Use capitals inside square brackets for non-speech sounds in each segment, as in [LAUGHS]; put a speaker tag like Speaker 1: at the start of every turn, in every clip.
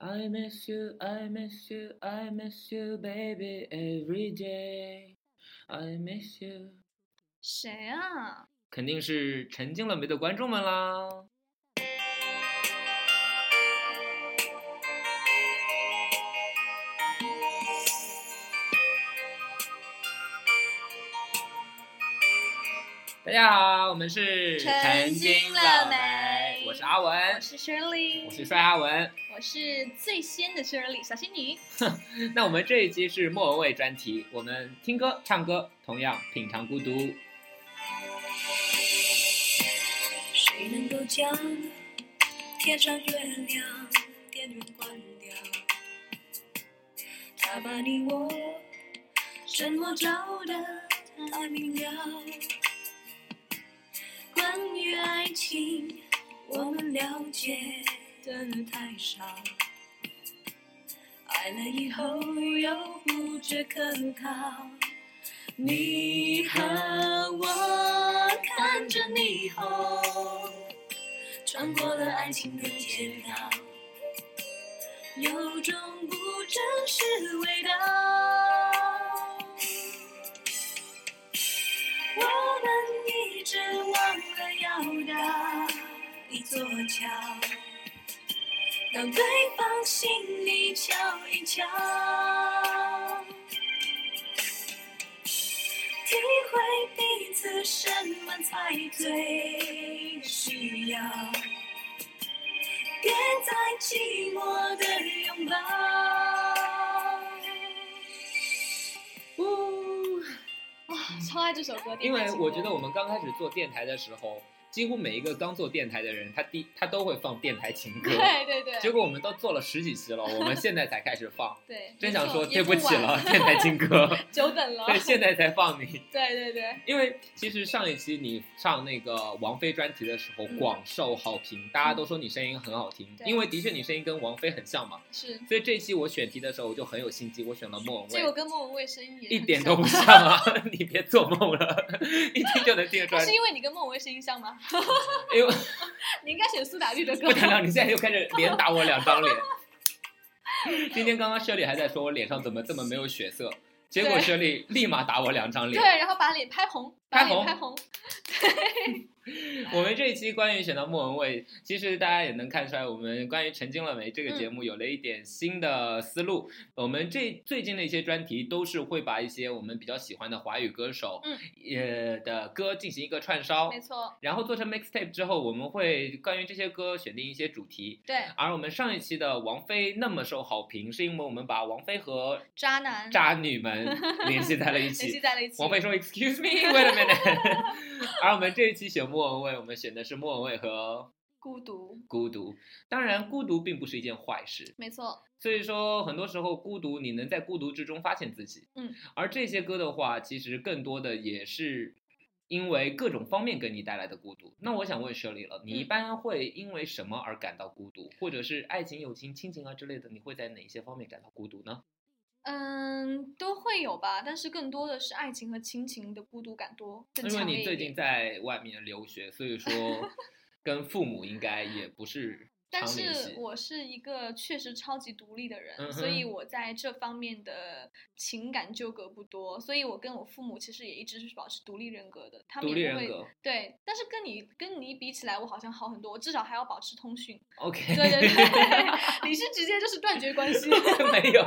Speaker 1: I miss you, I miss you, I miss you, baby, every day. I miss you。
Speaker 2: 谁啊？
Speaker 1: 肯定是沉浸了没的观众们啦。大家好，我们是
Speaker 2: 沉浸了没
Speaker 1: 我是阿文，
Speaker 2: 我是 Shirley，
Speaker 1: 我是帅阿文。
Speaker 2: 我是最新的 Shirley 小仙女。
Speaker 1: 那我们这一期是莫文蔚专题，我们听歌、唱歌，同样品尝孤独。
Speaker 3: 谁能够将天上月亮电源关掉？它把你我沉默照得太明了。关于爱情，我们了解的太少。爱了以后又不觉可靠，你和我看着霓虹，穿过了爱情的街道，有种不真实味道。我们一直忘了要搭一座桥，让对方心里瞧一瞧。体会彼此什么才最需要，别再寂寞的拥抱。
Speaker 1: 呜
Speaker 2: 哇，超爱这首歌，
Speaker 1: 嗯因为我觉得我们刚开始做电台的时候，几乎每一个刚做电台的人，他第他都会放电台情歌。
Speaker 2: 对对对，
Speaker 1: 结果我们都做了十几期了，我们现在才开始放，
Speaker 2: 对，
Speaker 1: 真
Speaker 2: 没
Speaker 1: 想
Speaker 2: 错
Speaker 1: 说
Speaker 2: 也
Speaker 1: 对
Speaker 2: 不
Speaker 1: 起
Speaker 2: 晚
Speaker 1: 了，，电台情歌。
Speaker 2: [LAUGHS] 久等了。
Speaker 1: 对，现在才放你，
Speaker 2: 对对对，
Speaker 1: 因为其实上一期你上那个王菲专题的时候，
Speaker 2: 嗯
Speaker 1: 广受好评，大家都说你声音很好听，
Speaker 2: 对
Speaker 1: 因为的确你声音跟王菲很像嘛。
Speaker 2: 是。
Speaker 1: 所以这期我选题的时候我就很有心机，我选了莫文
Speaker 2: 结果
Speaker 1: 蔚，
Speaker 2: 跟莫文蔚声音也
Speaker 1: 一
Speaker 2: 很
Speaker 1: 点
Speaker 2: 像
Speaker 1: 都不像啊！ [LAUGHS] 你别做梦了， [LAUGHS] 一听就能听得出
Speaker 2: 那
Speaker 1: 来
Speaker 2: 是。因为你跟莫文蔚声音像吗？ [LAUGHS]
Speaker 1: 因为
Speaker 2: 你应该选苏打绿的歌。
Speaker 1: 不谈了，你现在又开始连打我两张脸。今天刚刚 Shirley 还在说我脸上怎么这么没有血色，结果
Speaker 2: 对
Speaker 1: Shirley 立马打我两张
Speaker 2: 对，
Speaker 1: 脸。
Speaker 2: 然后把脸拍红，把
Speaker 1: 拍
Speaker 2: 脸
Speaker 1: 红
Speaker 2: 拍红。 [LAUGHS]
Speaker 1: 我们这一期关于选到莫文蔚，其实大家也能看出来，我们关于《沉浸了没》这个节目有了一点新的思路。
Speaker 2: 嗯
Speaker 1: 我们这最近的一些专题都是会把一些我们比较喜欢的华语歌手，
Speaker 2: 嗯，
Speaker 1: 呃的歌进行一个串烧
Speaker 2: 没，错，
Speaker 1: 然后做成 mixtape 之后，我们会关于这些歌选定一些主题。
Speaker 2: 对，
Speaker 1: 而我们上一期的王菲那么受好评，是因为我们把王菲和
Speaker 2: 渣男
Speaker 1: 渣女们联系在了一
Speaker 2: 联 [LAUGHS] 系
Speaker 1: 起。 [LAUGHS]
Speaker 2: 在了一起。
Speaker 1: 王菲说：“Excuse me, [LAUGHS] wait a minute。”啊而我们这一期选莫文蔚，我们选的是莫文蔚和
Speaker 2: 孤独，
Speaker 1: 孤独。当然，孤独并不是一件坏事，
Speaker 2: 没错，
Speaker 1: 所以说很多时候孤独，你能在孤独之中发现自己。
Speaker 2: 嗯，
Speaker 1: 而这些歌的话，其实更多的也是因为各种方面给你带来的孤独。那我想问 Shirley 了，你一
Speaker 2: 嗯
Speaker 1: 般会因为什么而感到孤独，或者是爱情、友情、亲情啊之类的，你会在哪些方面感到孤独呢？
Speaker 2: 嗯，都会有吧，但是更多的是爱情和亲情的孤独感多，更
Speaker 1: 因为
Speaker 2: 强烈
Speaker 1: 你
Speaker 2: 一
Speaker 1: 最
Speaker 2: 点。
Speaker 1: 近在外面留学，所以
Speaker 2: [LAUGHS]
Speaker 1: 说跟父母应该也不是
Speaker 2: 但
Speaker 1: 常联
Speaker 2: 是
Speaker 1: 系。
Speaker 2: 我是一个确实超级独立的人，所
Speaker 1: 嗯哼
Speaker 2: 以我在这方面的情感纠葛不多，所以我跟我父母其实也一直是保持独立人格的，他们
Speaker 1: 独立
Speaker 2: 也不
Speaker 1: 人
Speaker 2: 会
Speaker 1: 格
Speaker 2: 对，但是跟你跟你比起来，我好像好很多，我至少还要保持通讯。
Speaker 1: [LAUGHS] ，OK，
Speaker 2: 对对对，你是直接就是断绝关系， [LAUGHS]
Speaker 1: 没有，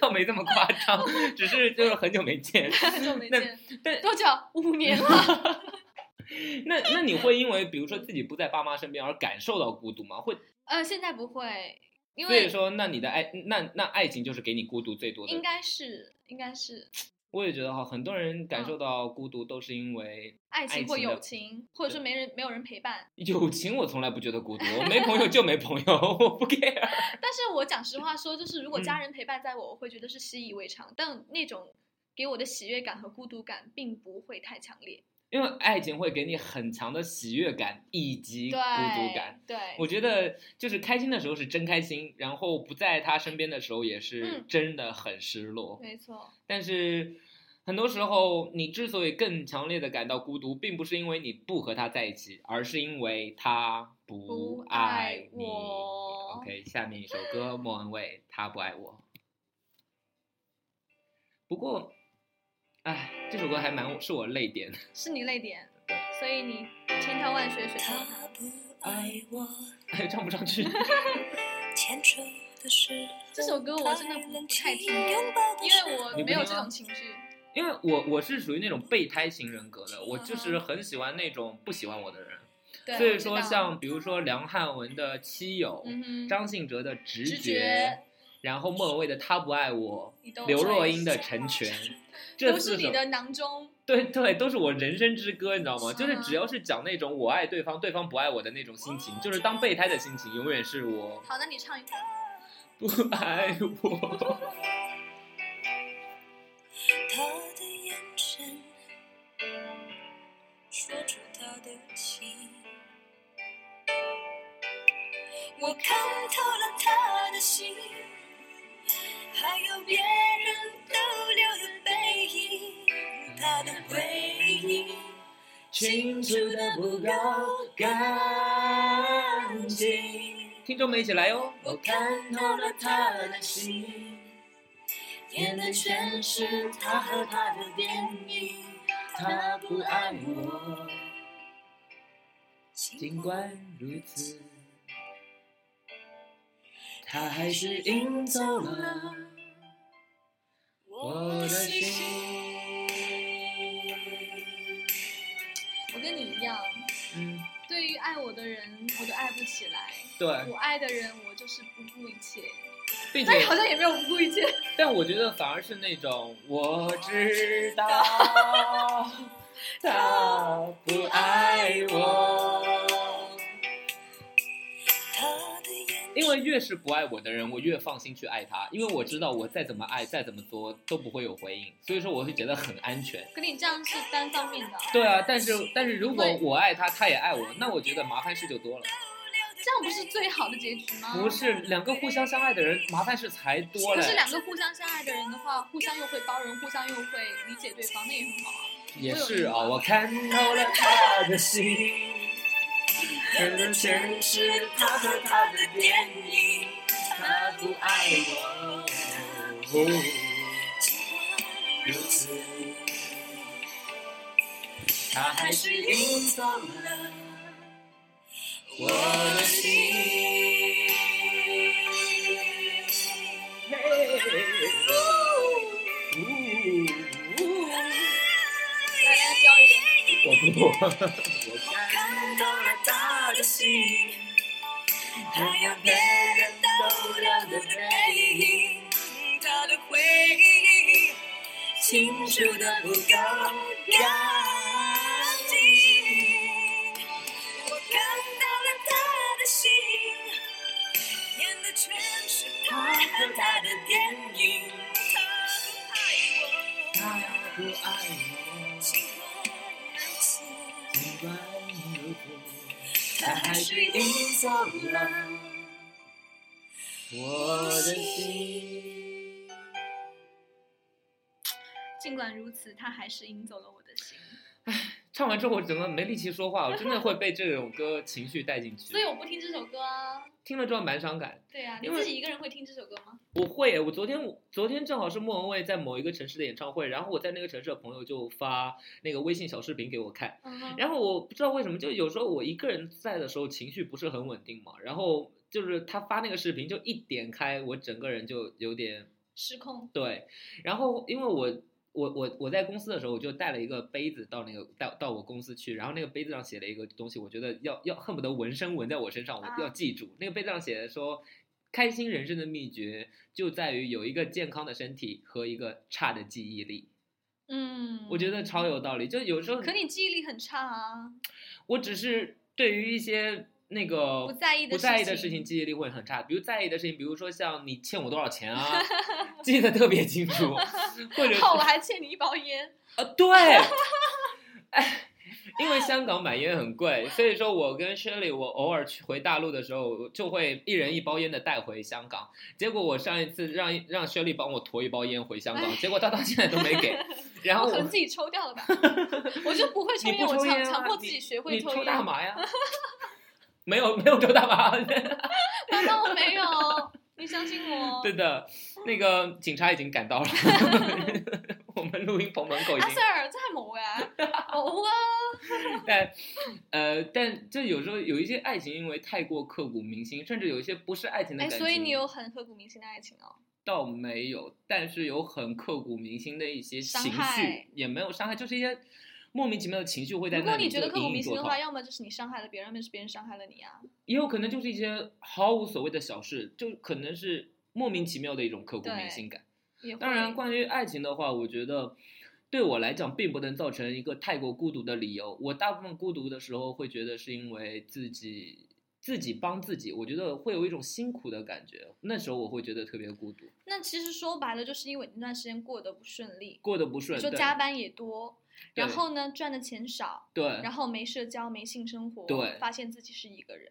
Speaker 1: 倒没这么夸张，只是就是很久没见。
Speaker 2: 很久没
Speaker 1: 那
Speaker 2: 见，
Speaker 1: 但
Speaker 2: 多久？五年了。
Speaker 1: 那那你会因为比如说自己不在爸妈身边而感受到孤独吗？会，
Speaker 2: 呃，现在不会，因
Speaker 1: 所以
Speaker 2: 为
Speaker 1: 说那你的爱那那爱情就是给你孤独最多的。
Speaker 2: 应该是应该是
Speaker 1: 我也觉得哈，很多人感
Speaker 2: 嗯
Speaker 1: 受到孤独都是因为
Speaker 2: 爱情或
Speaker 1: 情的
Speaker 2: 友情，或者
Speaker 1: 对
Speaker 2: 说没人没有人陪伴。
Speaker 1: 友情，我从来不觉得孤独，我没朋友就没朋友，我不 care。
Speaker 2: 但是我讲实话说，就是如果
Speaker 1: 嗯
Speaker 2: 家人陪伴在我，我会觉得是习以为常，但那种给我的喜悦感和孤独感并不会太强烈。
Speaker 1: 因为爱情会给你很强的喜悦感以及
Speaker 2: 对，
Speaker 1: 孤独感。
Speaker 2: 对，
Speaker 1: 我觉得就是开心的时候是真开心，然后不在他身边的时候也是
Speaker 2: 嗯
Speaker 1: 真的很失落。
Speaker 2: 没错，
Speaker 1: 但是很多时候，你之所以更强烈的感到孤独，并不是因为你不和他在一起，而是因为他不
Speaker 2: 不
Speaker 1: 爱你。
Speaker 2: 我。好
Speaker 1: OK，下面一首歌，莫文蔚，他不爱我。不过，哎，这首歌还蛮是我泪点。
Speaker 2: 是你泪点，所以你千挑万选选
Speaker 3: 他
Speaker 2: 到他。
Speaker 3: 不爱我，
Speaker 1: 哎，唱不上
Speaker 2: [LAUGHS]
Speaker 1: 去。
Speaker 3: 牵手的时候，
Speaker 2: 这首歌我真的不太听，因为我
Speaker 1: 你不啊
Speaker 2: 没有
Speaker 1: 听
Speaker 2: 这
Speaker 1: 吗
Speaker 2: 种情绪。
Speaker 1: 因为我我是属于那种备胎型人格的，我就是很喜欢那种不喜欢我的人。
Speaker 2: 嗯对，
Speaker 1: 所
Speaker 2: 我
Speaker 1: 以说，
Speaker 2: 知道
Speaker 1: 像比如说梁汉文的《七友》
Speaker 2: 嗯哼，
Speaker 1: 张信哲的《直觉》
Speaker 2: 直觉
Speaker 1: 然后莫文蔚的《他不爱我
Speaker 2: 你都》，
Speaker 1: 刘若
Speaker 2: 追
Speaker 1: 英的《成全》，这
Speaker 2: 都
Speaker 1: 四
Speaker 2: 是
Speaker 1: 首
Speaker 2: 你的囊中，
Speaker 1: 对对，都是我人生之歌，你知道吗？
Speaker 2: 啊
Speaker 1: 就是只要是讲那种我爱对方，对方不爱我的那种心情，就是当备胎的心情，永远是我
Speaker 2: 好，那你唱一下。
Speaker 1: 不爱我。 [LAUGHS]
Speaker 3: 他的眼神说出他的心，我看透了他的心，还有别人逗留的背影，他的回忆清楚的不够干净。
Speaker 1: 听众们一起来哟！
Speaker 3: 我看透了他的心，演的全是他和他的电影。他不爱我，尽管
Speaker 1: 如此，
Speaker 3: 他还是赢走
Speaker 1: 嗯
Speaker 3: 了我的心。
Speaker 2: 我跟你一样，
Speaker 1: 嗯，
Speaker 2: 对于爱我的人，我都爱不起来；
Speaker 1: 对，
Speaker 2: 我爱的人，我就是不顾一切。
Speaker 1: 并且
Speaker 2: 但好像也没有不顾一切。
Speaker 1: 但我觉得反而是那种我知道他 [LAUGHS] 不爱我，
Speaker 3: 他的眼
Speaker 1: 因为越是不爱我的人，我越放心去爱他，因为我知道我再怎么爱，再怎么作都不会有回应，所以说我会觉得很安全。
Speaker 2: 可你这样是单方面的，
Speaker 1: 对啊，但是但是如果
Speaker 2: 对
Speaker 1: 我爱他，他也爱我，那我觉得麻烦事就多了。
Speaker 2: 这样不是最好的结局吗？
Speaker 1: 不是两个互相相爱的人，麻烦事才多
Speaker 2: 可
Speaker 1: 嘞
Speaker 2: 是，两个互相相爱的人的话，互相又会包容，互相又会理解对方，那也很好啊。
Speaker 1: 也是啊，我看透了他的心，
Speaker 3: 演的全是他和他的电影。
Speaker 1: 他不爱我。
Speaker 3: 尽管如此，
Speaker 1: 他还
Speaker 3: 还
Speaker 1: 是
Speaker 3: 是赢走了我的心。
Speaker 2: 大家教一点。
Speaker 1: 我不，
Speaker 3: 我看透了他的心，还有别人逗留的背影，他的回忆清楚的不够干净。我看到了他的心，演的全是他和他的电影，他
Speaker 1: 他不
Speaker 3: 不爱我，
Speaker 1: 爱我，
Speaker 3: 尽管如此。
Speaker 1: 尽管如此，
Speaker 3: 他还是赢走了
Speaker 1: 我的心。
Speaker 2: 尽管如此，他还是赢走了我的心。
Speaker 1: 嗯唱完之后，我整个没力气说话，我真的会被这首歌情绪带进去
Speaker 2: 所。以我不听这首歌啊。
Speaker 1: 听了之后蛮伤感。
Speaker 2: 对啊，你
Speaker 1: 因为
Speaker 2: 自己一个人会听这首歌吗？
Speaker 1: 我会，我昨天昨天正好是莫文蔚在某一个城市的演唱会，然后我在那个城市的朋友就发那个微信小视频给我看，
Speaker 2: 嗯哼，
Speaker 1: 然后我不知道为什么，就有时候我一个人在的时候情绪不是很稳定嘛，然后就是他发那个视频，就一点开，我整个人就有点
Speaker 2: 失控。
Speaker 1: 对，然后因为我。我我我在公司的时候，我就带了一个杯子到那个到到我公司去，然后那个杯子上写了一个东西，我觉得要要恨不得纹身纹在我身上，我
Speaker 2: 啊
Speaker 1: 要记住。那个杯子上写的说，开心人生的秘诀就在于有一个健康的身体和一个差的记忆力。
Speaker 2: 嗯，
Speaker 1: 我觉得超有道理，就有时候
Speaker 2: 可你记忆力很差啊，
Speaker 1: 我只是对于一些那个
Speaker 2: 不在意的
Speaker 1: 不在意的
Speaker 2: 事
Speaker 1: 事
Speaker 2: 情
Speaker 1: 情记忆力会很差，比如在意的事情，比如说像你欠我多少钱
Speaker 2: [LAUGHS]
Speaker 1: 啊，记得特别清楚，或者是
Speaker 2: 哦，我还欠你一包烟。
Speaker 1: 呃
Speaker 2: [LAUGHS]
Speaker 1: 对，哎，因为香港买烟很贵，所以说我跟 Shirley 我偶尔去回大陆的时候，我就会一人一包烟的带回香港。结果我上一次让让 Shirley 帮我驮一包烟回香港，结果他到现在都没给，然后
Speaker 2: 哎我可
Speaker 1: 我
Speaker 2: 能自己抽掉
Speaker 1: [LAUGHS]
Speaker 2: 了吧，我就不会抽
Speaker 1: 你不
Speaker 2: 我
Speaker 1: 抽
Speaker 2: 强
Speaker 1: 烟啊
Speaker 2: 强迫
Speaker 1: 你
Speaker 2: 自己学会
Speaker 1: 你
Speaker 2: [LAUGHS] 抽
Speaker 1: 抽
Speaker 2: 烟。
Speaker 1: 大麻呀。没有没有周大妈。
Speaker 2: 难道我没有？你相信我。
Speaker 1: 对的，那个警察已经赶到了， [LAUGHS] 我们录音棚门口已
Speaker 2: 阿
Speaker 1: 经
Speaker 2: Sir 这还某啊，某
Speaker 1: [LAUGHS]
Speaker 2: 啊，
Speaker 1: 但呃，但这有时候有一些爱情，因为太过刻骨铭心，甚至有一些不是爱情的
Speaker 2: 哎，
Speaker 1: 感情，
Speaker 2: 所以你有很刻骨铭心的爱情哦。
Speaker 1: 倒没有，但是有很刻骨铭心的一些
Speaker 2: 伤
Speaker 1: 情
Speaker 2: 害
Speaker 1: 绪，也没有伤害，就是一些莫名其妙的情绪会在
Speaker 2: 如
Speaker 1: 那
Speaker 2: 果
Speaker 1: 里。
Speaker 2: 你觉得刻骨铭心的话，
Speaker 1: 也
Speaker 2: 要么就是你伤害了别人，要么是别人伤害了你啊。
Speaker 1: 有可能就是一些毫无所谓的小事，就可能是莫名其妙的一种刻骨铭
Speaker 2: 对
Speaker 1: 心感。
Speaker 2: 也会
Speaker 1: 当然，关于爱情的话，我觉得对我来讲，并不能造成一个太过孤独的理由。我大部分孤独的时候，会觉得是因为自己自己帮自己，我觉得会有一种辛苦的感觉。那时候我会觉得特别孤独，
Speaker 2: 那其实说白了，就是因为你那段时间过得不顺利，
Speaker 1: 过得不
Speaker 2: 比
Speaker 1: 顺。
Speaker 2: 如说
Speaker 1: 对
Speaker 2: 加班也多，
Speaker 1: 对
Speaker 2: 然后呢赚的钱少，
Speaker 1: 对，
Speaker 2: 然后没社交，没性生活，
Speaker 1: 对
Speaker 2: 发现自己是一
Speaker 1: [LAUGHS]
Speaker 2: 个人。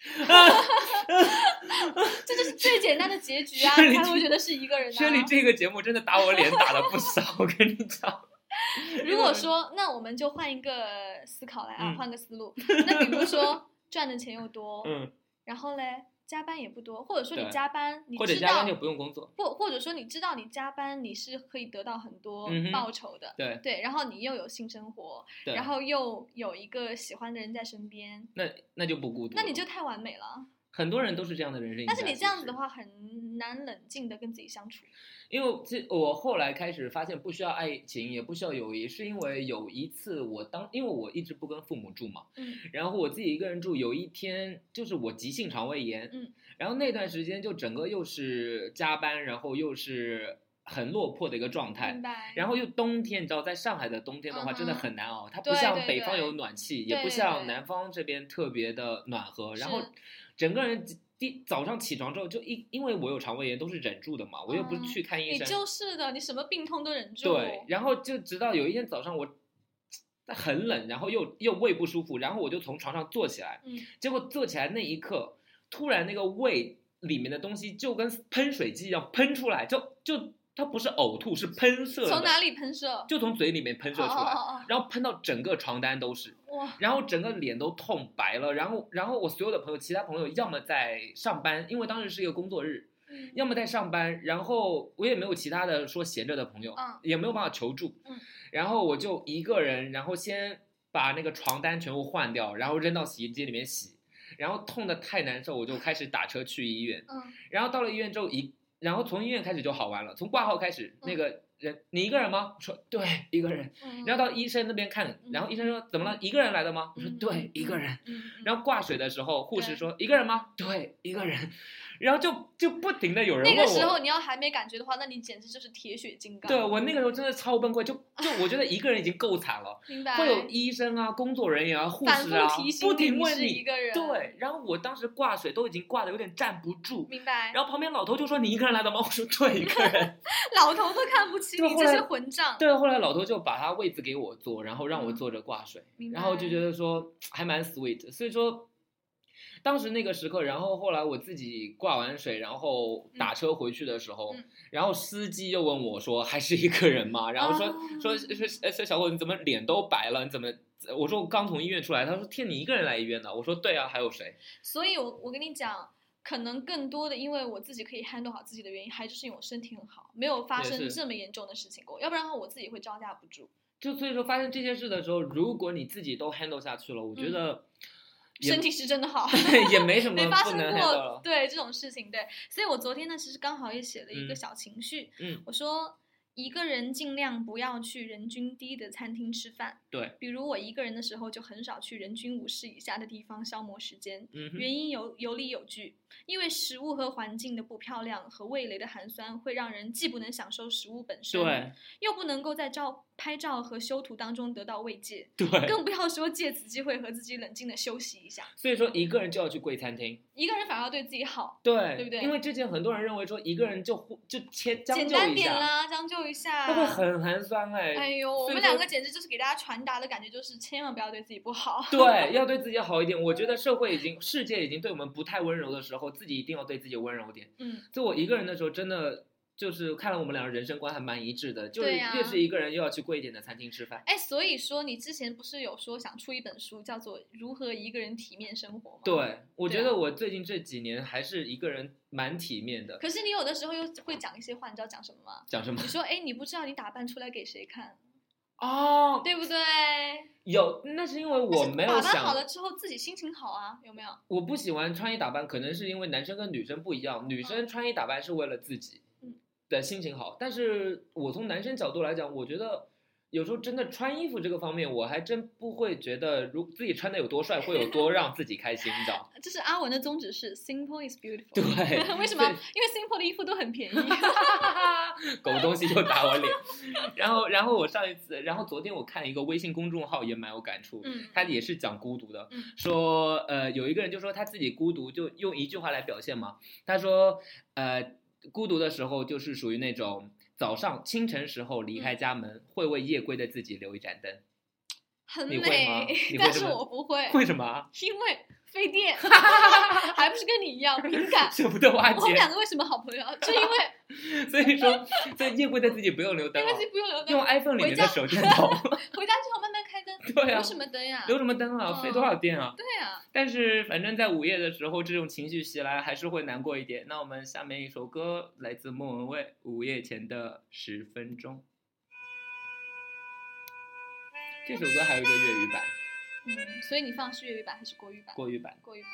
Speaker 2: [LAUGHS] 这就是最简单的结局
Speaker 1: [LAUGHS]
Speaker 2: 啊！
Speaker 1: 薛礼
Speaker 2: 才
Speaker 1: 这
Speaker 2: 会觉得是一个人、啊。
Speaker 1: 薛丽这个节目真的打我脸打的不少， [LAUGHS] 我跟你讲。 [LAUGHS]
Speaker 2: 如果说，那我们就换一个思考来啊，
Speaker 1: 嗯
Speaker 2: 换个思路。 [LAUGHS] 那比如说，赚的钱又多，
Speaker 1: 嗯，
Speaker 2: 然后嘞，加班也不多，或者说你
Speaker 1: 对
Speaker 2: 加班，你
Speaker 1: 或者
Speaker 2: 知
Speaker 1: 加
Speaker 2: 道
Speaker 1: 班就不用工作，
Speaker 2: 不，或者说你知道你加班你是可以得到很多
Speaker 1: 嗯哼
Speaker 2: 报酬的，
Speaker 1: 对
Speaker 2: 对，然后你又有性生活，
Speaker 1: 对，
Speaker 2: 然后又有一个喜欢的人在身边，
Speaker 1: 那那就不孤独了。
Speaker 2: 那你就太完美了。
Speaker 1: 很多人都是这样的人生。
Speaker 2: 但是你这样子的，话，很难冷静的跟自己相处。
Speaker 1: 因为这我后来开始发现，不需要爱情，也不需要友谊，是因为有一次我当，因为我一直不跟父母住嘛，
Speaker 2: 嗯，
Speaker 1: 然后我自己一个人住，有一天就是我急性肠胃炎，
Speaker 2: 嗯，
Speaker 1: 然后那段时间就整个又是加班，然后又是很落魄的一个状态，
Speaker 2: 明白。
Speaker 1: 然后又冬天，你知道，在上海的冬天的话，
Speaker 2: 嗯哼
Speaker 1: 真的很难熬。它不
Speaker 2: 对
Speaker 1: 像
Speaker 2: 对
Speaker 1: 北方
Speaker 2: 对
Speaker 1: 有暖气，
Speaker 2: 对
Speaker 1: 也不
Speaker 2: 对
Speaker 1: 像
Speaker 2: 对
Speaker 1: 南方这边特别的暖和。然
Speaker 2: 是
Speaker 1: 后，整个人第早上起床之后，就因因为我有肠胃炎，都是忍住的嘛，我又不是
Speaker 2: 嗯
Speaker 1: 去看医
Speaker 2: 你
Speaker 1: 生。
Speaker 2: 就是的，你什么病痛都忍住。
Speaker 1: 对，然后就直到有一天早上我。很冷，然后又又胃不舒服，然后我就从床上坐起来，
Speaker 2: 嗯，
Speaker 1: 结果坐起来那一刻，突然那个胃里面的东西就跟喷水机一样喷出来，就就它不是呕吐，是喷射的，
Speaker 2: 从哪里喷射？
Speaker 1: 就从嘴里面喷射出来，
Speaker 2: 哦哦
Speaker 1: 然后喷到整个床单都是，
Speaker 2: 哦，哇，
Speaker 1: 然后整个脸都痛白了。然后，然后我所有的朋友，其他朋友要么在上班，因为当时是一个工作日，
Speaker 2: 嗯
Speaker 1: 要么在上班，然后我也没有其他的说闲着的朋友，
Speaker 2: 嗯
Speaker 1: 也没有办法求助，
Speaker 2: 嗯
Speaker 1: 然后我就一个人，然后先把那个床单全部换掉，然后扔到洗衣机里面洗，然后痛的太难受，我就开始打车去医院。
Speaker 2: 嗯，
Speaker 1: 然后到了医院之后一，然后从医院开始就好玩了，从挂号开始，那个人你一个人吗？我说对，一个人。
Speaker 2: 嗯
Speaker 1: 然后到医生那边看，然后医生说怎么了？一个人来的吗？我说
Speaker 2: 嗯
Speaker 1: 对，一个人。，
Speaker 2: 嗯嗯嗯
Speaker 1: 然后挂水的时候，护士
Speaker 2: 对
Speaker 1: 说一个人吗？对，一个人。 [LAUGHS] 然后就就不停的有人
Speaker 2: 那
Speaker 1: 问
Speaker 2: 个时
Speaker 1: 我。
Speaker 2: 候你要还没感觉的话，那你简直就是铁血金刚。
Speaker 1: 对我那个时候真的超崩
Speaker 2: [LAUGHS]
Speaker 1: 溃，就就我觉得一个人已经够惨了，
Speaker 2: 明白。
Speaker 1: 会有医生啊、工作人员啊、护
Speaker 2: 哎反
Speaker 1: 士啊
Speaker 2: 复提醒
Speaker 1: 不停
Speaker 2: 你
Speaker 1: 问
Speaker 2: 是一个人，，
Speaker 1: 对，然后我当时挂水都已经挂的有点站不住，
Speaker 2: 明白。
Speaker 1: 然后旁边老头就说你一个人来的吗？我说对，一个人。
Speaker 2: 老头都看不起
Speaker 1: 对
Speaker 2: 你
Speaker 1: 后
Speaker 2: 这
Speaker 1: 来
Speaker 2: 些混账。
Speaker 1: 对，后来老头就把他位置给我坐，然后让我
Speaker 2: 嗯
Speaker 1: 坐着挂水，
Speaker 2: 明
Speaker 1: 然后就
Speaker 2: 白
Speaker 1: 觉得说还蛮 sweet。所以说，当时那个时刻，然后后来我自己挂完水，然后打车回去的时候，
Speaker 2: 嗯
Speaker 1: 然后司机又问我说还是一个人吗？然后说、
Speaker 2: 啊
Speaker 1: 说说哎说说小伙子你怎么脸都白了？你怎么？我说我刚从医院出来，他说天，你一个人来医院的？我说对啊，还有谁？
Speaker 2: 所以我我跟你讲，可能更多的因为我自己可以 handle 好自己的原因，还就是因为我身体很好，没有发
Speaker 1: 也
Speaker 2: 生
Speaker 1: 是
Speaker 2: 这么严重的事情过，要不然的话我自己会招架不住，
Speaker 1: 就所以说发生这些事的时候，如果你自己都 handle 下去了，我觉
Speaker 2: 嗯
Speaker 1: 得也
Speaker 2: 身体是真
Speaker 1: [LAUGHS]
Speaker 2: 的好。
Speaker 1: 也没什么
Speaker 2: 没发
Speaker 1: 不
Speaker 2: 生
Speaker 1: 能 handle
Speaker 2: 过
Speaker 1: 了。
Speaker 2: 对这种事情，对，所以我昨天呢，其实刚好也写了一个
Speaker 1: 嗯
Speaker 2: 小情绪，
Speaker 1: 嗯，
Speaker 2: 我说一个人尽量不要去人均低的餐厅吃饭，
Speaker 1: 对，
Speaker 2: 比如我一个人的时候就很少去人均五十以下的地方消磨时间，
Speaker 1: 嗯哼，
Speaker 2: 原因有有理有据，因为食物和环境的不漂亮和味蕾的寒酸会让人既不能享受食物本身，
Speaker 1: 对，
Speaker 2: 又不能够在照拍照和修图当中得到慰藉，
Speaker 1: 对，
Speaker 2: 更不要说借此机会和自己冷静的休息一下，
Speaker 1: 所以说一个人就要去贵餐厅，
Speaker 2: 一个人反而要对自己好。
Speaker 1: 对
Speaker 2: 对不对
Speaker 1: 因为之前很多人认为说一个人就忽就迁将就
Speaker 2: 简单
Speaker 1: 一
Speaker 2: 点
Speaker 1: 下，
Speaker 2: 啦，将就一下。
Speaker 1: 那会很寒酸哎。
Speaker 2: 哎呦，我
Speaker 1: 所以
Speaker 2: 们
Speaker 1: 说
Speaker 2: 两个简直就是给大家传达的感觉，就是千万不要对自己不好。
Speaker 1: 对，要对自己好一点。我觉得社会已经、世界已经对我们不太温柔的时候，自己一定要对自己温柔点。
Speaker 2: 嗯，
Speaker 1: 就我一个人的时候，真的就是看来我们两个人生观还蛮一致的，就是
Speaker 2: 对呀
Speaker 1: 越是一个人又要去贵一点的餐厅吃饭。
Speaker 2: 哎，所以说你之前不是有说想出一本书，叫做《如何一个人体面生活》吗？。
Speaker 1: 对，我
Speaker 2: 对
Speaker 1: 觉得
Speaker 2: 啊
Speaker 1: 我最近这几年还是一个人蛮体面的。
Speaker 2: 可是你有的时候又会讲一些话，你知道讲什么吗？
Speaker 1: 讲什么
Speaker 2: 你？说，哎，你不知道你打扮出来给谁看，
Speaker 1: 哦，
Speaker 2: 对不对？
Speaker 1: 有，那是因为我没有
Speaker 2: 打扮好
Speaker 1: 想，
Speaker 2: 了之后自己心情好啊，有没有？
Speaker 1: 我不喜欢穿衣打扮，可能是因为男生跟女生不一样，女生穿衣打扮是为了自己
Speaker 2: 嗯
Speaker 1: 的心情好，但是我从男生角度来讲，我觉得。有时候真的穿衣服这个方面，我还真不会觉得，如自己穿的有多帅，会有多让自己开心，你知道吗？ [LAUGHS]
Speaker 2: 这是阿文的宗旨是 simple is beautiful。
Speaker 1: 对
Speaker 2: [LAUGHS] 为什么？
Speaker 1: 对
Speaker 2: 因为 simple 的衣服都很便宜。
Speaker 1: [LAUGHS] 狗东西又打我脸。 [LAUGHS] 然后，然后我上一次，然后昨天我看一个微信公众号也蛮有感触，
Speaker 2: 嗯，
Speaker 1: 他也是讲孤独的
Speaker 2: 嗯，
Speaker 1: 说呃有一个人就说他自己孤独，就用一句话来表现嘛，他说呃孤独的时候就是属于那种。早上清晨时候离开家门，会为夜归的自己留一盏灯。
Speaker 2: 很
Speaker 1: 你会
Speaker 2: [LAUGHS]
Speaker 1: 吗
Speaker 2: 美
Speaker 1: 你会，
Speaker 2: 但
Speaker 1: 这
Speaker 2: 是
Speaker 1: 么
Speaker 2: 我不会，
Speaker 1: 为什么啊？ [LAUGHS]
Speaker 2: 因为费电，还不是跟你一
Speaker 1: [LAUGHS]
Speaker 2: 样敏感。
Speaker 1: 舍不得瓦
Speaker 2: 我们两
Speaker 1: 解，
Speaker 2: 个为什么好朋友？啊就因为
Speaker 1: [LAUGHS] 所以说，所以夜归的自己不用留灯
Speaker 2: 因为
Speaker 1: 了
Speaker 2: 自，己不用留灯，
Speaker 1: 哦用 iPhone 里面
Speaker 2: 回
Speaker 1: 的
Speaker 2: 家
Speaker 1: 手电筒。
Speaker 2: [LAUGHS] 回家之后慢慢开
Speaker 1: [LAUGHS]
Speaker 2: 灯，
Speaker 1: 对啊
Speaker 2: 留，什么灯呀？
Speaker 1: [LAUGHS] 留什么灯
Speaker 2: 嗯
Speaker 1: 啊？费多少电啊？
Speaker 2: 对啊，
Speaker 1: 但是反正在午夜的时候，这种情绪袭来还是会难过一点。那我们下面一首歌来自莫文蔚，《午夜前的十分钟》。这首歌还有一个粤语版、
Speaker 2: 嗯，所以你放是粤语版还是国语版？
Speaker 1: 国语版，
Speaker 2: 国语版。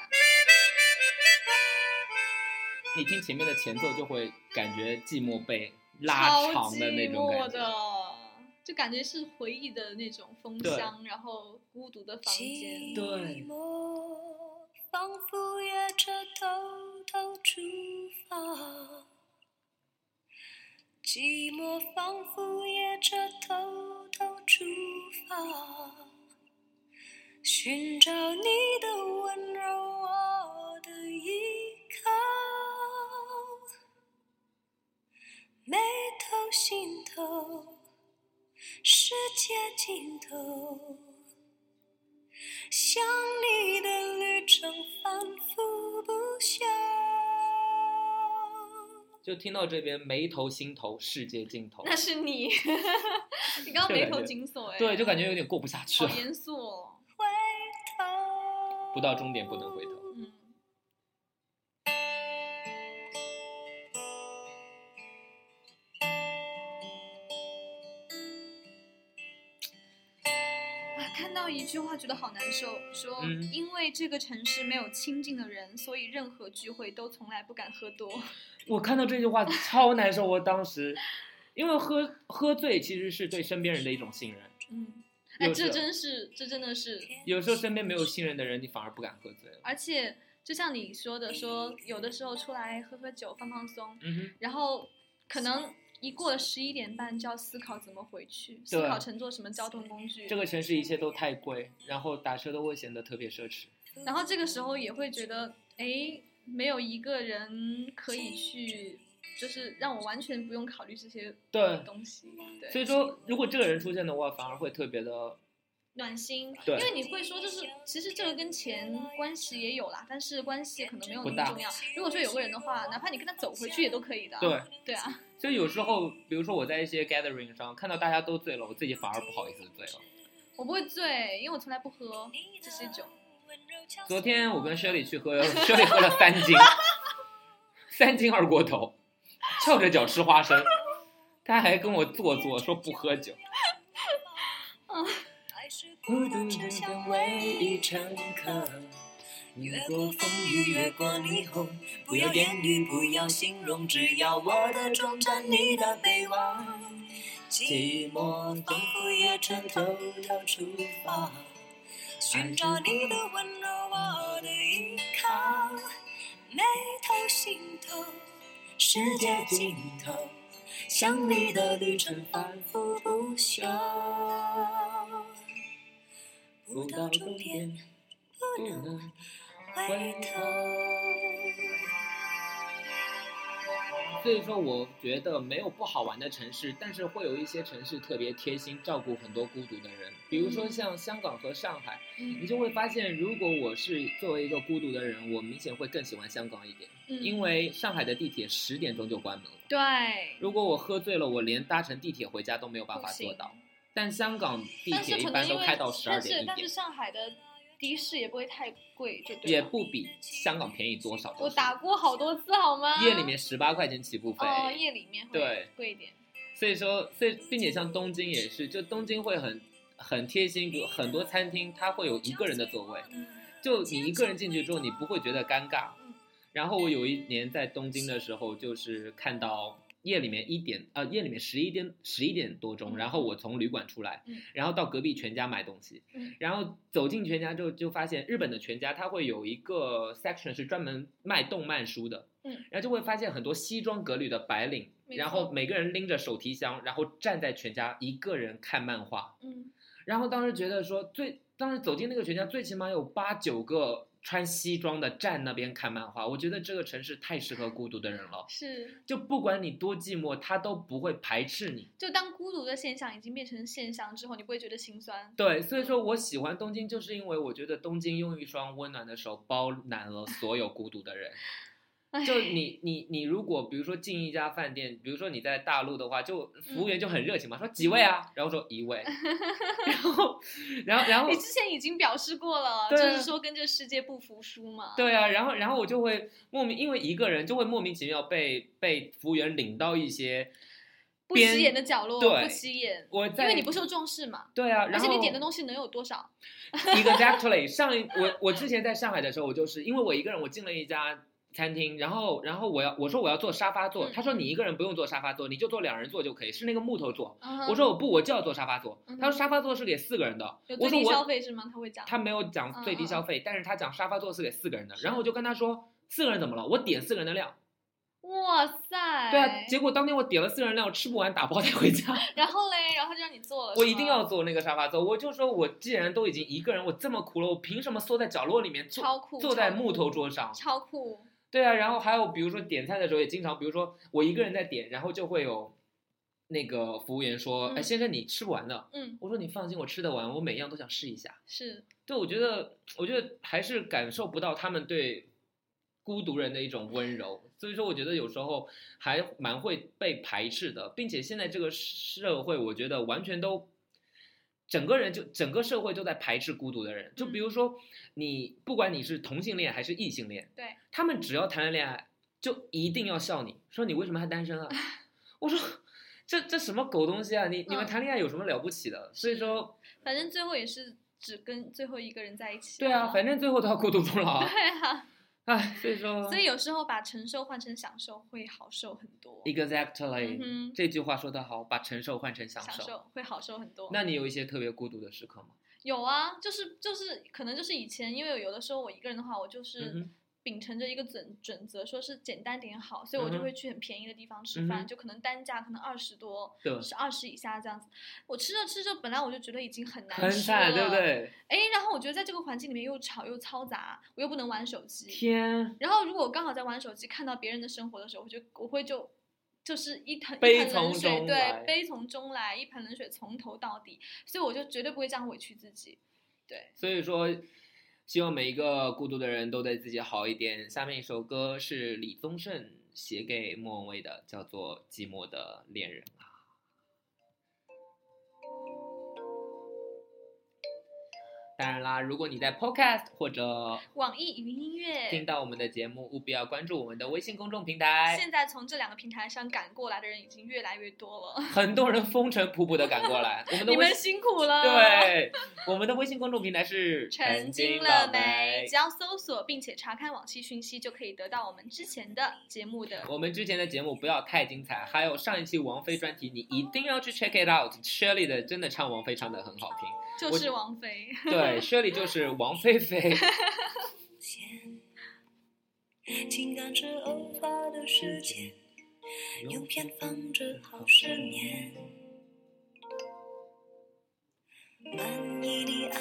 Speaker 1: 你听前面的前奏就会感觉寂寞被拉
Speaker 2: 超
Speaker 1: 长的那种感
Speaker 2: 寂寞
Speaker 1: 觉。
Speaker 2: 的就感觉是回忆的那种风
Speaker 1: 对
Speaker 2: 箱，然后孤独的房间。
Speaker 3: 寂
Speaker 1: 对
Speaker 3: 寞仿佛沿着偷偷出发，寂寞仿佛沿着偷偷出发，寻找你的温柔，我的依靠，眉头心头，世界尽头。想你的旅程反复不休。
Speaker 1: 就听到这边，眉头心头，世界尽头。
Speaker 2: 那是
Speaker 1: [LAUGHS]
Speaker 2: 你，你刚刚眉头紧锁哎。
Speaker 1: 对，就感觉有点过不下去
Speaker 2: 好
Speaker 1: 了。
Speaker 2: 严肃哦。
Speaker 3: 回头，
Speaker 1: 不到终点不能回头。
Speaker 2: 嗯，啊，看到一句话觉得好难受，说、
Speaker 1: 嗯
Speaker 2: 因为这个城市没有亲近的人，所以任何聚会都从来不敢喝多。
Speaker 1: 我看到这句话超难受，我当时，因为喝喝醉其实是对身边人的一种信任，
Speaker 2: 嗯，哎，
Speaker 1: 又是啊
Speaker 2: 这真是，这真的是，
Speaker 1: 有时候身边没有信任的人，你反而不敢喝醉了。
Speaker 2: 而且就像你说的，说有的时候出来喝喝酒放放松，
Speaker 1: 嗯哼，
Speaker 2: 然后可能一过了十一点半就要思考怎么回去，思
Speaker 1: 对啊
Speaker 2: 考乘坐什么交通工具。
Speaker 1: 这个城市一切都太贵，然后打车都会显得特别奢侈。
Speaker 2: 然后这个时候也会觉得，哎，没有一个人可以去，就是让我完全不用考虑这些
Speaker 1: 对
Speaker 2: 东西。
Speaker 1: 所
Speaker 2: 对，
Speaker 1: 以说，如果这个人出现的话，反而会特别的，
Speaker 2: 暖心，因
Speaker 1: 对
Speaker 2: 为你会说，就是其实这个跟钱关系也有啦，但是关系可能没有
Speaker 1: 不
Speaker 2: 那么
Speaker 1: 大
Speaker 2: 重要。如果说有个人的话，哪怕你跟他走回去也都可以的。
Speaker 1: 对，
Speaker 2: 对啊，
Speaker 1: 所以有时候，比如说我在一些 gathering 上看到大家都醉了，我自己反而不好意思醉了。
Speaker 2: 我不会醉，因为我从来不喝这些酒。
Speaker 1: 昨天我跟 Shirley 去喝，Shirley 喝了三斤， [LAUGHS] 三斤二锅头，翘着脚吃花生，他还跟我做作说不喝酒。
Speaker 3: 孤独就像唯一乘客，越过风雨，越过霓虹，不要言语，不要形容，只要我的忠贞，你的臂弯。寂寞仿佛夜城偷偷出发，寻找你的温柔，我的依靠，眉头心头，世界尽头，想你的旅程反复不休。不到终点不能回头。
Speaker 1: 所以说，我觉得没有不好玩的城市，但是会有一些城市特别贴心，照顾很多孤独的人。比如说像香港和上海，
Speaker 2: 嗯
Speaker 1: 你就会发现，如果我是作为一个孤独的人，我明显会更喜欢香港一点，
Speaker 2: 嗯
Speaker 1: 因为上海的地铁十点钟就关门了。
Speaker 2: 对，
Speaker 1: 如果我喝醉了，我连搭乘地铁回家都没有办法
Speaker 2: 不行
Speaker 1: 做到。但香港地
Speaker 2: 但
Speaker 1: 铁
Speaker 2: 是
Speaker 1: 一
Speaker 2: 可
Speaker 1: 般
Speaker 2: 能
Speaker 1: 都
Speaker 2: 因为
Speaker 1: 开到十二
Speaker 2: 但是
Speaker 1: 点一
Speaker 2: 但是
Speaker 1: 点，
Speaker 2: 上海的的士也不会太贵，就对
Speaker 1: 也
Speaker 2: 了
Speaker 1: 不比香港便宜多少。
Speaker 2: 我打过好多次好吗？
Speaker 1: 夜里面十八块钱起步费，
Speaker 2: 哦，夜里面
Speaker 1: 对
Speaker 2: 会贵一点。
Speaker 1: 所以说，所以并且像东京也是，就东京会很很贴心，比如很多餐厅它会有一个人的座位，就你一个人进去之后，你不会觉得尴尬
Speaker 2: 嗯。
Speaker 1: 然后我有一年在东京的时候，就是看到夜里面一点，呃，夜里面十一点十一点多钟，
Speaker 2: 嗯
Speaker 1: 然后我从旅馆出来
Speaker 2: 嗯，
Speaker 1: 然后到隔壁全家买东西
Speaker 2: 嗯，
Speaker 1: 然后走进全家之后，就发现日本的全家它会有一个 section 是专门卖动漫书的，
Speaker 2: 嗯，
Speaker 1: 然后就会发现很多西装革履的白领，
Speaker 2: 没
Speaker 1: 然
Speaker 2: 错
Speaker 1: 后每个人拎着手提箱，然后站在全家一个人看漫画，
Speaker 2: 嗯，
Speaker 1: 然后当时觉得说最，当时走进那个全家，最起码有八九个穿西装的站那边看漫画。我觉得这个城市太适合孤独的人了，
Speaker 2: 是，
Speaker 1: 就不管你多寂寞，他都不会排斥你。
Speaker 2: 就当孤独的现象已经变成现象之后，你不会觉得心酸。
Speaker 1: 对，所以说我喜欢东京，就是因为我觉得东京用一双温暖的手包揽了所有孤独的人。
Speaker 2: 唉
Speaker 1: 就你你你如果比如说进一家饭店，比如说你在大陆的话，就服务员就很热情嘛，说几位啊，然后说一位，然后然后然后
Speaker 2: 你之前已经表示过了，就
Speaker 1: 对啊
Speaker 2: 是说跟这世界不服输嘛。
Speaker 1: 对啊，然后然后我就会莫名，因为一个人就会莫名其妙被被服务员领到一些
Speaker 2: 不
Speaker 1: 边
Speaker 2: 起眼的角落，
Speaker 1: 对
Speaker 2: 不起眼，
Speaker 1: 我
Speaker 2: 因
Speaker 1: 在
Speaker 2: 为你不受重视嘛。
Speaker 1: 对啊，
Speaker 2: 而
Speaker 1: 然后
Speaker 2: 且你点的东西能有多少？
Speaker 1: exactly 上一我我之前在上海的时候，我就是因为我一个人，我进了一家。餐厅，然后，然后我要我说我要坐沙发座，
Speaker 2: 嗯
Speaker 1: 他说你一个人不用坐沙发座，你就坐两人座就可以，是那个木头座。
Speaker 2: 我
Speaker 1: 我说我不，我就要坐沙发座。
Speaker 2: 嗯
Speaker 1: 他说沙发座是给四个人的
Speaker 2: 有，
Speaker 1: 我说
Speaker 2: 最低消
Speaker 1: 我
Speaker 2: 费是嗯吗？他会讲，
Speaker 1: 他没有讲最低消费，但是他讲沙发座是给四个人的，然后我就跟他说四个人怎么了？我点四个人的量，
Speaker 2: 哇塞，
Speaker 1: 对啊，结果当天我点了四人料，吃不完打包带回
Speaker 2: [LAUGHS]
Speaker 1: 家，
Speaker 2: 然后嘞，然后就让你做了，
Speaker 1: 我
Speaker 2: 是
Speaker 1: 一定
Speaker 2: 吗
Speaker 1: 要坐那个沙发座。我就说，我既然都已经一个人，我这么苦了，我凭什么缩在角落里面坐
Speaker 2: 超酷，
Speaker 1: 坐在
Speaker 2: 超
Speaker 1: 木
Speaker 2: 酷
Speaker 1: 头桌上？
Speaker 2: 超酷，
Speaker 1: 对啊，然后还有比如说点菜的时候也经常，比如说我一个人在点，然后就会有那个服务员说：“哎，
Speaker 2: 嗯
Speaker 1: 先生，你吃不完的。”
Speaker 2: 嗯，
Speaker 1: 我说：“你放心，我吃得完，我每样都想试一下。
Speaker 2: 是，”
Speaker 1: 对，我觉得，我觉得还是感受不到他们对。孤独人的一种温柔，所以说我觉得有时候还蛮会被排斥的，并且现在这个社会，我觉得完全都整个人就整个社会都在排斥孤独的人。
Speaker 2: 嗯
Speaker 1: 就比如说你，不管你是同性恋还是异性恋，
Speaker 2: 对
Speaker 1: 他们只要谈了恋爱，就一定要笑你说你为什么还单
Speaker 2: [LAUGHS]
Speaker 1: 身啊？我说这这什么狗东西啊！你你们
Speaker 2: 嗯
Speaker 1: 谈恋爱有什么了不起的？所以说，
Speaker 2: 反正最后也是只跟最后一个人在一起，
Speaker 1: 对
Speaker 2: [LAUGHS]
Speaker 1: 啊，反
Speaker 2: 正
Speaker 1: 正最后都要孤独终老啊。
Speaker 2: 对啊，
Speaker 1: [LAUGHS] 哎，所以说，
Speaker 2: 所以有时候把承受换成享受会好受很多，
Speaker 1: exactly、
Speaker 2: 嗯哼
Speaker 1: 这句话说得好，把承受换成享
Speaker 2: 享受会好受很多。
Speaker 1: 那你有一些特别孤独的时刻吗？
Speaker 2: 有啊，就是就是，可能就是以前，因为有的时候我一个人的话，我就
Speaker 1: 嗯
Speaker 2: 是。
Speaker 1: 哼
Speaker 2: 秉承着一个准准则，说是简单点好，所以我
Speaker 1: 嗯
Speaker 2: 就
Speaker 1: 哼
Speaker 2: 会去很便宜的地方吃饭，
Speaker 1: 嗯哼
Speaker 2: 就可能单价可能二十多，
Speaker 1: 对
Speaker 2: 是二十以下这样子。我吃着吃着，本来我就觉得已经很难
Speaker 1: 很
Speaker 2: 吃
Speaker 1: 惨，
Speaker 2: 了，
Speaker 1: 对不？对？
Speaker 2: 哎，然后我觉得在这个环境里面又吵又嘈杂，我又不能玩手机。
Speaker 1: 天，
Speaker 2: 然后如果我刚好在玩手机，看到别人的生活的时候，我就我会就就是一盆
Speaker 1: 悲
Speaker 2: 一盆冷
Speaker 1: 从
Speaker 2: 水，
Speaker 1: 中来
Speaker 2: 对，悲从中来，一盆冷水从头到底，所以我就绝对不会这样委屈自己。对，
Speaker 1: 所以说。希望每一个孤独的人都对自己好一点。下面一首歌是李宗盛写给莫文蔚的，叫做《寂寞的恋人》。啊当然啦，如果你在 Podcast 或者
Speaker 2: 网易云音乐
Speaker 1: 听到我们的节目，务必要关注我们的微信公众平台。
Speaker 2: 现在从这两个平台上赶过来的人已经越来越多了，
Speaker 1: 很多人风尘仆仆的赶过
Speaker 2: [LAUGHS]
Speaker 1: 来，我们的
Speaker 2: 你
Speaker 1: 微
Speaker 2: 们
Speaker 1: 信
Speaker 2: 辛苦了。，
Speaker 1: 对 [LAUGHS] 我们的微信公众平台是
Speaker 2: 成精了
Speaker 1: 了
Speaker 2: 没？只要搜索并且查看往期讯息，就可以得到我们之前的节目的。
Speaker 1: 我们之前的节目不要太精彩，还有上一期王菲专题，你一定要去 check it out。Shirley 的真的唱王菲唱的很好听，
Speaker 2: 就是王菲， [LAUGHS]
Speaker 1: 对，Shirley 就是王菲菲。
Speaker 3: 情感是偶发的事件，用偏方治好失眠。满意的